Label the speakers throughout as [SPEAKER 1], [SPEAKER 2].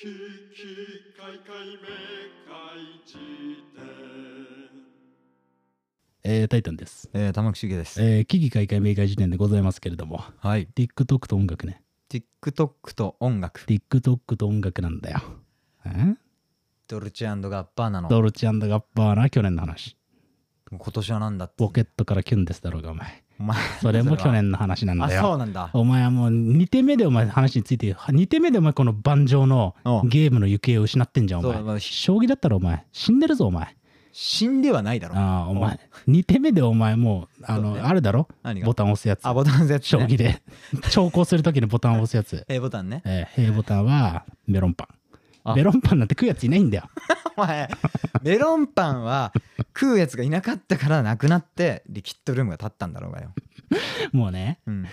[SPEAKER 1] ききかいかいめかいじ典
[SPEAKER 2] えー、タイタンです。
[SPEAKER 3] えー、玉木修介です。
[SPEAKER 2] えー、危機開会明快時点でございますけれども、
[SPEAKER 3] はい。
[SPEAKER 2] TikTok と音楽ね。
[SPEAKER 3] TikTok と音楽。
[SPEAKER 2] TikTok と音楽なんだよ。え
[SPEAKER 3] ドルチェガッバーナの。
[SPEAKER 2] ドルチアンドガッパーな、去年の話。
[SPEAKER 3] 今年はなんだっ
[SPEAKER 2] ポ
[SPEAKER 3] て。
[SPEAKER 2] ケットからキュンですだろうが、お前。
[SPEAKER 3] お前
[SPEAKER 2] それも去。
[SPEAKER 3] は
[SPEAKER 2] 年の話なん
[SPEAKER 3] あ、
[SPEAKER 2] だ
[SPEAKER 3] そう
[SPEAKER 2] よ。
[SPEAKER 3] なんだ。
[SPEAKER 2] お前はもう2手目でお前話について、2手目でお前この盤上の
[SPEAKER 3] うん
[SPEAKER 2] ゲームの行方を失ってんじゃん、お
[SPEAKER 3] そうま
[SPEAKER 2] 前。
[SPEAKER 3] あ
[SPEAKER 2] 将棋だったらお前、死んでるぞ、お前。
[SPEAKER 3] 死んではないだろ。
[SPEAKER 2] ああ、お前。2手目でお前もう、あ
[SPEAKER 3] そう
[SPEAKER 2] の、
[SPEAKER 3] ね
[SPEAKER 2] あるだろ
[SPEAKER 3] 何が
[SPEAKER 2] ボタン押すやつ。
[SPEAKER 3] あ、ボタンのやつね。
[SPEAKER 2] 将棋 で。長考するときにボタンを押すやつ。
[SPEAKER 3] えー、ボタンね。
[SPEAKER 2] えー、平ボタンはメロンパン。
[SPEAKER 3] あ
[SPEAKER 2] メロンパンなんて食うやついないんだ よ。
[SPEAKER 3] お前、メロンパンは食うやつがいなかったからなくなって、リキッドルームが立ったんだろうがよ。
[SPEAKER 2] もうね、
[SPEAKER 3] うん。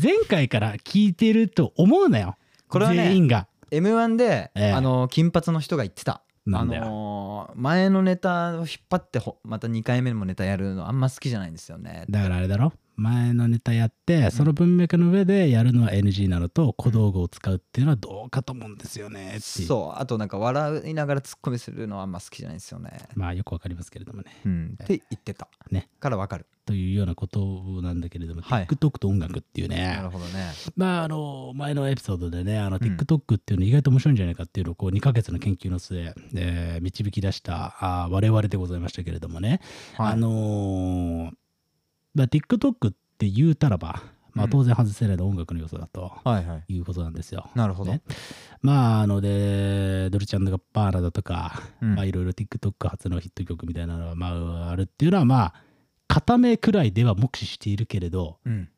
[SPEAKER 2] 前回から聞いてると思うなよ。
[SPEAKER 3] これはね
[SPEAKER 2] 全員が。
[SPEAKER 3] M1 で、
[SPEAKER 2] ええ
[SPEAKER 3] あの、金髪の人が言ってた。
[SPEAKER 2] な
[SPEAKER 3] あ
[SPEAKER 2] んだよ。
[SPEAKER 3] のー前のネタを引っ張ってほまた2回目もネタやるのあんま好きじゃないんですよね。
[SPEAKER 2] だからあれだろ前のネタやって、その文脈の上でやるのは NG なのと、小道具を使うっていうのはどうかと思うんですよねっていう。
[SPEAKER 3] そうあとなんか笑いながらツッコミするのはあんま好きじゃないんですよね、
[SPEAKER 2] まあよくわかりますけれどもね。
[SPEAKER 3] うん、って言ってた、
[SPEAKER 2] ね
[SPEAKER 3] からわかる
[SPEAKER 2] というようなことなんだけれども、
[SPEAKER 3] はい
[SPEAKER 2] TikTok と音楽っていう
[SPEAKER 3] な
[SPEAKER 2] ね
[SPEAKER 3] る、ほどね
[SPEAKER 2] まああの前のエピソードでねあの
[SPEAKER 3] ん
[SPEAKER 2] TikTok っていうの意外と面白いんじゃないかっていうのをこう2ヶ月の研究の末、えー導き出したあー我々でございましたけれどもね、
[SPEAKER 3] はい
[SPEAKER 2] あのーまあ、TikTok って言うたらば、まあ、
[SPEAKER 3] うん
[SPEAKER 2] 当然外せないのは音楽の要素だと。
[SPEAKER 3] はいはい
[SPEAKER 2] いうことなんですよ
[SPEAKER 3] なるほど、
[SPEAKER 2] ねまああのでドルチアンドガッパーナだとか、
[SPEAKER 3] うん
[SPEAKER 2] まあいろいろ TikTok 初のヒット曲みたいなのがまああるっていうのはまあ片目くらいでは目視しているけれど、
[SPEAKER 3] うん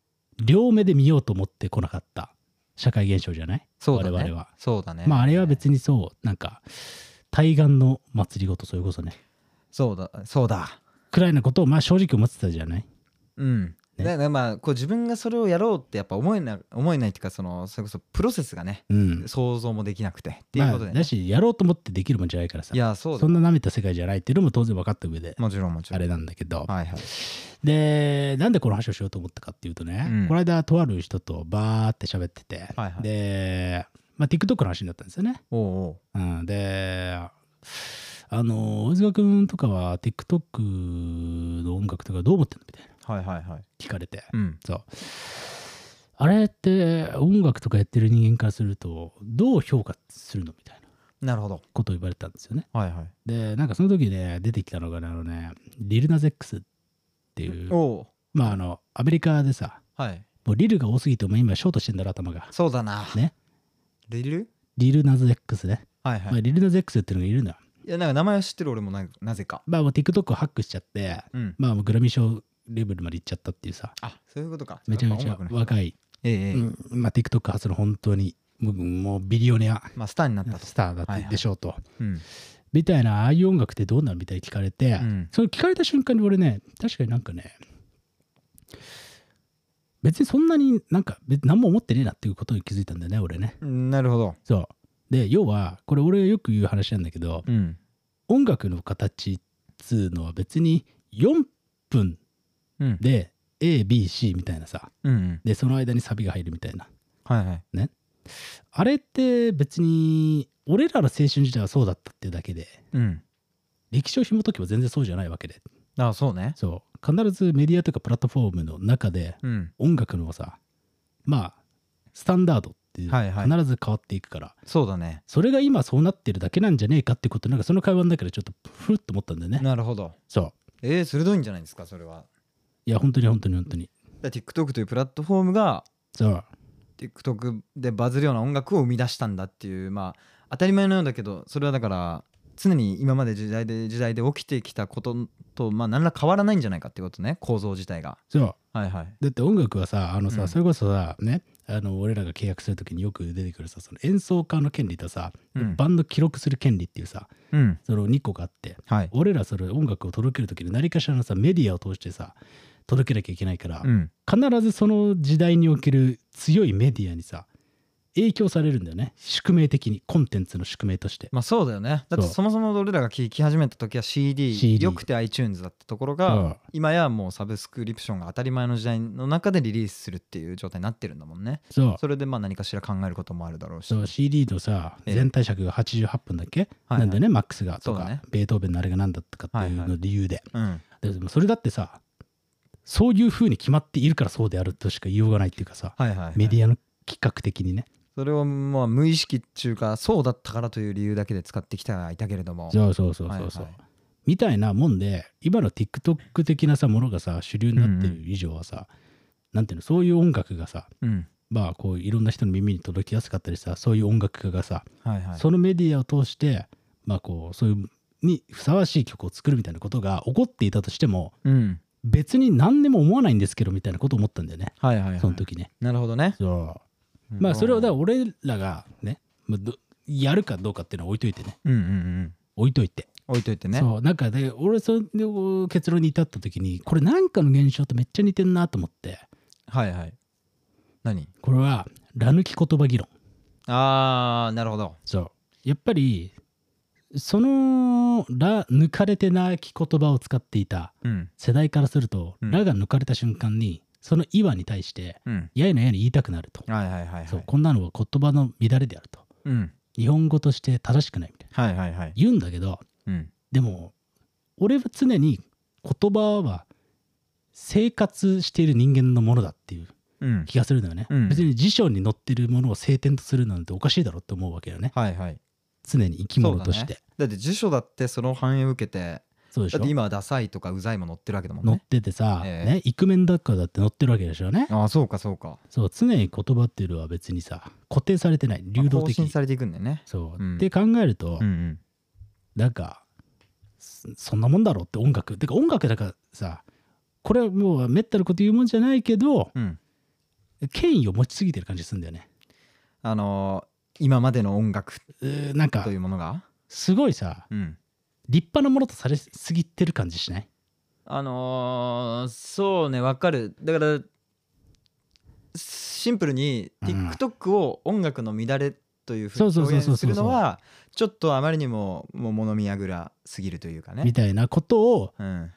[SPEAKER 2] 両目で見ようと思ってこなかった社会現象じゃない、
[SPEAKER 3] そうだね
[SPEAKER 2] 我々は
[SPEAKER 3] そうだね
[SPEAKER 2] まああれは
[SPEAKER 3] に
[SPEAKER 2] 別にそうなんか対岸の祭りごとそれこそね
[SPEAKER 3] そうだそうだ
[SPEAKER 2] くらいのことをまあ正直思ってたじゃない
[SPEAKER 3] うん、
[SPEAKER 2] ね
[SPEAKER 3] だからまあこう自分がそれをやろうってやっぱ思えな思えないっていうかそのそれこそプロセスがね
[SPEAKER 2] うん
[SPEAKER 3] 想像もできなくてっていうことで、
[SPEAKER 2] まあ、
[SPEAKER 3] ね
[SPEAKER 2] だしやろうと思ってできるもんじゃないからさ
[SPEAKER 3] いやそうだ
[SPEAKER 2] そんな舐めた世界じゃないっていうのも当然分かった上で
[SPEAKER 3] もちろんもちろ
[SPEAKER 2] あ
[SPEAKER 3] ん
[SPEAKER 2] れなんだけど
[SPEAKER 3] はいはい
[SPEAKER 2] でなんでこの話をしようと思ったかっていうとね、
[SPEAKER 3] うん
[SPEAKER 2] この間とある人とバーって喋ってて、
[SPEAKER 3] はいはい
[SPEAKER 2] で、まあ、TikTok の話になったんですよね
[SPEAKER 3] おうおう
[SPEAKER 2] うん、であの大塚君とかは TikTok の音楽とかどう思ってんのみたいな
[SPEAKER 3] はいはいはい
[SPEAKER 2] 聞かれて、
[SPEAKER 3] うん
[SPEAKER 2] そうあれって音楽とかやってる人間からするとどう評価するのみたいな
[SPEAKER 3] なるほど
[SPEAKER 2] ことを言われたんですよね
[SPEAKER 3] はいはい
[SPEAKER 2] でなんかその時ね出てきたのがねあのねリルナゼックスっていう
[SPEAKER 3] おう
[SPEAKER 2] まああのアメリカでさ
[SPEAKER 3] はい
[SPEAKER 2] もうリルが多すぎてお前今ショートしてんだろ頭が
[SPEAKER 3] そうだな
[SPEAKER 2] ね
[SPEAKER 3] リル
[SPEAKER 2] リルナゼックスね、
[SPEAKER 3] はいはい
[SPEAKER 2] まあ、リルナゼックスっていうのがいるんだ
[SPEAKER 3] いやなんか名前は知ってる俺もななぜか。
[SPEAKER 2] まあもう TikTok をハックしちゃって
[SPEAKER 3] うん。
[SPEAKER 2] まあ、もうグラミー賞レベルまで行っちゃったっていうさ、
[SPEAKER 3] あそういうことか。
[SPEAKER 2] めちゃめちゃ
[SPEAKER 3] やっぱ音楽の人
[SPEAKER 2] 若い、
[SPEAKER 3] ええええ
[SPEAKER 2] うんまあ、TikTok 発の本当に、もうもうビリオネア
[SPEAKER 3] まあスターになったと。
[SPEAKER 2] スターだっ
[SPEAKER 3] はい
[SPEAKER 2] て
[SPEAKER 3] はい
[SPEAKER 2] でしょうと、
[SPEAKER 3] うん。
[SPEAKER 2] みたいな、ああいう音楽ってどうなのみたいに聞かれて、
[SPEAKER 3] うん
[SPEAKER 2] それ聞かれた瞬間に俺ね、確かになんかね、別にそんなになんか別何も思ってねえなっていうことに気づいたんだよね、俺ね。
[SPEAKER 3] うんなるほど。
[SPEAKER 2] そう。で、要は、これ俺がよく言う話なんだけど、
[SPEAKER 3] うん。
[SPEAKER 2] 音楽の形っつうのは別に4分
[SPEAKER 3] うん。
[SPEAKER 2] で A、B、C みたいなさ、
[SPEAKER 3] うんうん。
[SPEAKER 2] でその間にサビが入るみたいな
[SPEAKER 3] はいはい。
[SPEAKER 2] あれって別に俺らの青春時代はそうだったっていうだけで
[SPEAKER 3] うん。
[SPEAKER 2] 歴史を紐解けば全然そうじゃないわけで
[SPEAKER 3] あそうね。
[SPEAKER 2] そう必ずメディアとかプラットフォームの中で
[SPEAKER 3] うん。
[SPEAKER 2] 音楽のさまあスタンダードっていう
[SPEAKER 3] はいはい
[SPEAKER 2] 必ず変わっていくから、
[SPEAKER 3] そうだね。
[SPEAKER 2] それが今そうなってるだけなんじゃねえかってことなんかその会話の中でちょっとふるっと思ったんだよね
[SPEAKER 3] なるほど。
[SPEAKER 2] そう
[SPEAKER 3] ええ鋭いんじゃないですかそれは。
[SPEAKER 2] いや本当に本当に本当に
[SPEAKER 3] だから TikTok というプラットフォームが
[SPEAKER 2] そう
[SPEAKER 3] TikTok でバズるような音楽を生み出したんだっていうまあ当たり前のようだけどそれはだから常に今まで時代で時代で起きてきたこととまあ何ら変わらないんじゃないかってことね構造自体が。
[SPEAKER 2] そう
[SPEAKER 3] はいはい。
[SPEAKER 2] だって音楽はさあのさ、
[SPEAKER 3] うん
[SPEAKER 2] それこそさねあの俺らが契約するときによく出てくるさその演奏家の権利とさ、
[SPEAKER 3] うん
[SPEAKER 2] バンド記録する権利っていうさ
[SPEAKER 3] うん。
[SPEAKER 2] その2個があって
[SPEAKER 3] はい。
[SPEAKER 2] 俺らそれ音楽を届けるときに何かしらのさメディアを通してさ届けなきゃいけないから、
[SPEAKER 3] うん。
[SPEAKER 2] 必ずその時代における強いメディアにさ影響されるんだよね宿命的にコンテンツの宿命として
[SPEAKER 3] まあそうだよねだって
[SPEAKER 2] そう
[SPEAKER 3] そもそも俺らが聴き始めた時は CD,
[SPEAKER 2] CD
[SPEAKER 3] よくて iTunes だったところ
[SPEAKER 2] う
[SPEAKER 3] が
[SPEAKER 2] ん
[SPEAKER 3] 今やもうサブスクリプションが当たり前の時代の中でリリースするっていう状態になってるんだもんね
[SPEAKER 2] そう
[SPEAKER 3] それでまあ何かしら考えることもあるだろうし
[SPEAKER 2] そう CD のさ
[SPEAKER 3] ええ
[SPEAKER 2] 全体尺が88分だっけ、
[SPEAKER 3] はい
[SPEAKER 2] なんだよねマックスがと
[SPEAKER 3] そ
[SPEAKER 2] か、
[SPEAKER 3] うだね
[SPEAKER 2] ベートーベンのあれが何だったかっていう
[SPEAKER 3] はいは
[SPEAKER 2] の
[SPEAKER 3] い
[SPEAKER 2] 理由で,、
[SPEAKER 3] うん
[SPEAKER 2] でもそれだってさそういうふうに決まっているからそうであるとしか言いようがないっていうかさ、
[SPEAKER 3] はいはいはい
[SPEAKER 2] メディアの企画的にね
[SPEAKER 3] それをまあ無意識っていうかそうだったからという理由だけで使ってきたはいたけれども
[SPEAKER 2] そうそうそうそうそう、
[SPEAKER 3] はいはい
[SPEAKER 2] みたいなもんで今の TikTok 的なさものがさ主流になって
[SPEAKER 3] う
[SPEAKER 2] る以上はさ、なんていうのそういう音楽がさ
[SPEAKER 3] うん
[SPEAKER 2] まあこういろんな人の耳に届きやすかったりさそういう音楽家がさ、
[SPEAKER 3] はいはい
[SPEAKER 2] そのメディアを通してまあこうそういうにふさわしい曲を作るみたいなことが起こっていたとしても
[SPEAKER 3] うん
[SPEAKER 2] 別に何でも思わないんですけどみたいなことを思ったんだよね
[SPEAKER 3] はいはいはい
[SPEAKER 2] その時ね。
[SPEAKER 3] なるほどね
[SPEAKER 2] そうまあそれをだから
[SPEAKER 3] う
[SPEAKER 2] 俺らがね、まあどやるかどうかっていうのは置いといてね
[SPEAKER 3] んうんうん
[SPEAKER 2] 置いといて。
[SPEAKER 3] 置いといてね
[SPEAKER 2] そうなんかで俺それでこう結論に至った時にこれなんかの現象とめっちゃ似てんなと思って
[SPEAKER 3] はいはい何
[SPEAKER 2] これはラ抜き言葉議論
[SPEAKER 3] あーなるほど
[SPEAKER 2] そうやっぱりそのラ抜かれてなき言葉を使っていた
[SPEAKER 3] うん
[SPEAKER 2] 世代からすると、
[SPEAKER 3] うん
[SPEAKER 2] ラが抜かれた瞬間にその岩に対して
[SPEAKER 3] うん
[SPEAKER 2] やいのやいの言いたくなると、
[SPEAKER 3] はいはいはいは
[SPEAKER 2] そう
[SPEAKER 3] い
[SPEAKER 2] こんなのは言葉の乱れであると
[SPEAKER 3] うん
[SPEAKER 2] 日本語として正しくないみたいな
[SPEAKER 3] はいはいはい
[SPEAKER 2] 言うんだけど
[SPEAKER 3] うん
[SPEAKER 2] でも俺は常に言葉は生活している人間のものだっていう
[SPEAKER 3] うん
[SPEAKER 2] 気がするんだよね、
[SPEAKER 3] うん
[SPEAKER 2] 別に辞書に載ってるものを聖典とするなんておかしいだろって思うわけよね
[SPEAKER 3] はいはい
[SPEAKER 2] 常に生き物として
[SPEAKER 3] だって辞書だってその反映を受けて
[SPEAKER 2] そう,、
[SPEAKER 3] だっ
[SPEAKER 2] で
[SPEAKER 3] て
[SPEAKER 2] しょ
[SPEAKER 3] 今はダサいとかうざいも載ってるわけだもん
[SPEAKER 2] 載っ
[SPEAKER 3] ね
[SPEAKER 2] ててさ、
[SPEAKER 3] ええ
[SPEAKER 2] ねイクメンだからだって載ってるわけでしょね
[SPEAKER 3] ああそうかそうか
[SPEAKER 2] そう常に言葉っていうのは別にさ固定されてない流動
[SPEAKER 3] 更
[SPEAKER 2] 的
[SPEAKER 3] 新
[SPEAKER 2] に
[SPEAKER 3] されていくんだよね
[SPEAKER 2] そう、
[SPEAKER 3] うん
[SPEAKER 2] って考えると、
[SPEAKER 3] うんうん
[SPEAKER 2] なんかそそんなもんだろうって音楽てか音楽だからさこれはもうめったなこと言うもんじゃないけど
[SPEAKER 3] うん
[SPEAKER 2] 権威を持ちすぎてる感じするんだよね
[SPEAKER 3] あのー今までの音楽
[SPEAKER 2] うーなんか
[SPEAKER 3] というものが
[SPEAKER 2] すごいさ
[SPEAKER 3] うん
[SPEAKER 2] 立派なものとされすぎてる感じしない
[SPEAKER 3] あのーそうねわかるだからシンプルに
[SPEAKER 2] うん
[SPEAKER 3] TikTok を音楽の乱れというふう
[SPEAKER 2] そう
[SPEAKER 3] に
[SPEAKER 2] そうそう
[SPEAKER 3] 表
[SPEAKER 2] そうそう
[SPEAKER 3] 現するのはちょっとあまりにももう物見やぐらすぎるというか
[SPEAKER 2] み
[SPEAKER 3] ね、
[SPEAKER 2] たいなことを、
[SPEAKER 3] うん、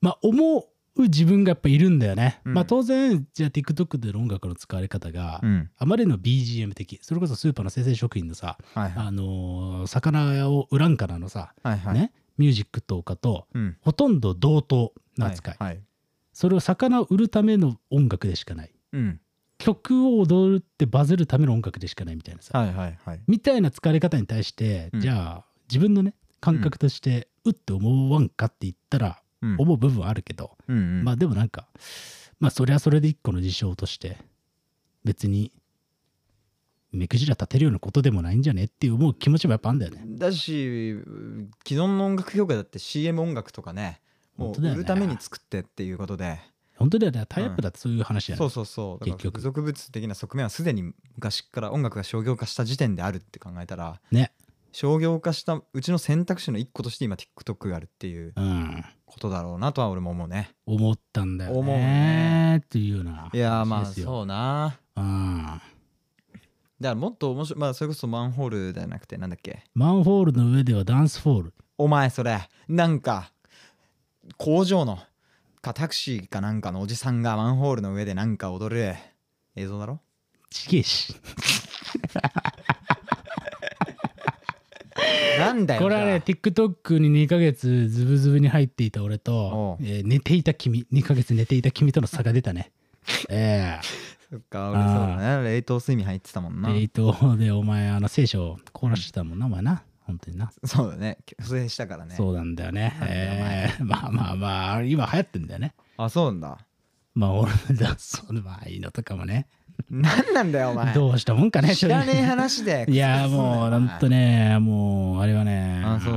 [SPEAKER 2] まあ、思う自分がやっぱいるんだよね、
[SPEAKER 3] うん
[SPEAKER 2] まあ当然じゃあ TikTok での音楽の使われ方が、
[SPEAKER 3] うん
[SPEAKER 2] あまりの BGM 的それこそスーパーの生鮮食品のさ、
[SPEAKER 3] はいはい
[SPEAKER 2] あのー魚を売らんからのさ、
[SPEAKER 3] はいはい、
[SPEAKER 2] ねミュージックとかと
[SPEAKER 3] うん、
[SPEAKER 2] ほとんど同等な扱い、
[SPEAKER 3] はいはい
[SPEAKER 2] それを魚を売るための音楽でしかない
[SPEAKER 3] うん
[SPEAKER 2] 曲を踊るってバズるための音楽でしかないみたいなさ、
[SPEAKER 3] はいはいはい
[SPEAKER 2] みたいな疲れ方に対して、
[SPEAKER 3] うん
[SPEAKER 2] じゃあ自分のね感覚として、うって思わんかって言ったら
[SPEAKER 3] うん
[SPEAKER 2] 思う部分はあるけど、
[SPEAKER 3] うんうん
[SPEAKER 2] まあでもなんかまあそれはそれで一個の事象として別に目くじら立てるようなことでもないんじゃねっていう思う気持ちもやっぱあんだよね。
[SPEAKER 3] だしうん既存の音楽業界だって CM 音楽とかねも
[SPEAKER 2] 本
[SPEAKER 3] う
[SPEAKER 2] 当だよ
[SPEAKER 3] 売
[SPEAKER 2] ね
[SPEAKER 3] るために作ってっていうことで
[SPEAKER 2] 本当だよねタイアップだってそういう話やね、
[SPEAKER 3] そうそうそうだから
[SPEAKER 2] 結局
[SPEAKER 3] 付属物的な側面はすでに昔から音楽が商業化した時点であるって考えたら
[SPEAKER 2] ね。
[SPEAKER 3] 商業化したうちの選択肢の一個として今 TikTok があるっていう
[SPEAKER 2] うん
[SPEAKER 3] ことだろうなとは俺も思うね
[SPEAKER 2] 思ったんだよね
[SPEAKER 3] 思うね
[SPEAKER 2] っていうようない
[SPEAKER 3] やーまあ
[SPEAKER 2] 話ですよ
[SPEAKER 3] そうな
[SPEAKER 2] うん
[SPEAKER 3] だからもっと面白いまあそれこそマンホールじゃなくてなんだっけ
[SPEAKER 2] マンホールの上ではダンスホール
[SPEAKER 3] お前それなんか工場のかタクシーかなんかのおじさんがマンホールの上でなんか踊る映像だろ
[SPEAKER 2] ちげえし
[SPEAKER 3] なんだよ
[SPEAKER 2] これはね
[SPEAKER 3] じ
[SPEAKER 2] TikTok に2ヶ月ズブズブに入っていた俺と
[SPEAKER 3] お、う
[SPEAKER 2] えー寝ていた君2ヶ月寝ていた君との差が出た ねえ
[SPEAKER 3] ゃあそっか俺そうだね冷凍睡眠入ってたもん
[SPEAKER 2] え
[SPEAKER 3] な
[SPEAKER 2] 冷凍でお前あの聖書を凍らしてたもんなお前な本当にな、
[SPEAKER 3] そうだね虚勢したからね
[SPEAKER 2] そうなんだよね
[SPEAKER 3] なんだよお前
[SPEAKER 2] ええまあまあまあ今流行ってんだよね
[SPEAKER 3] あそうな んだ
[SPEAKER 2] まあ俺だそのまあいいのとかもね
[SPEAKER 3] 何なんだよお前
[SPEAKER 2] どうしたもんかね
[SPEAKER 3] 知らね
[SPEAKER 2] 正
[SPEAKER 3] え
[SPEAKER 2] 直
[SPEAKER 3] 話で
[SPEAKER 2] いやもうなんとねもうあれはね
[SPEAKER 3] あそう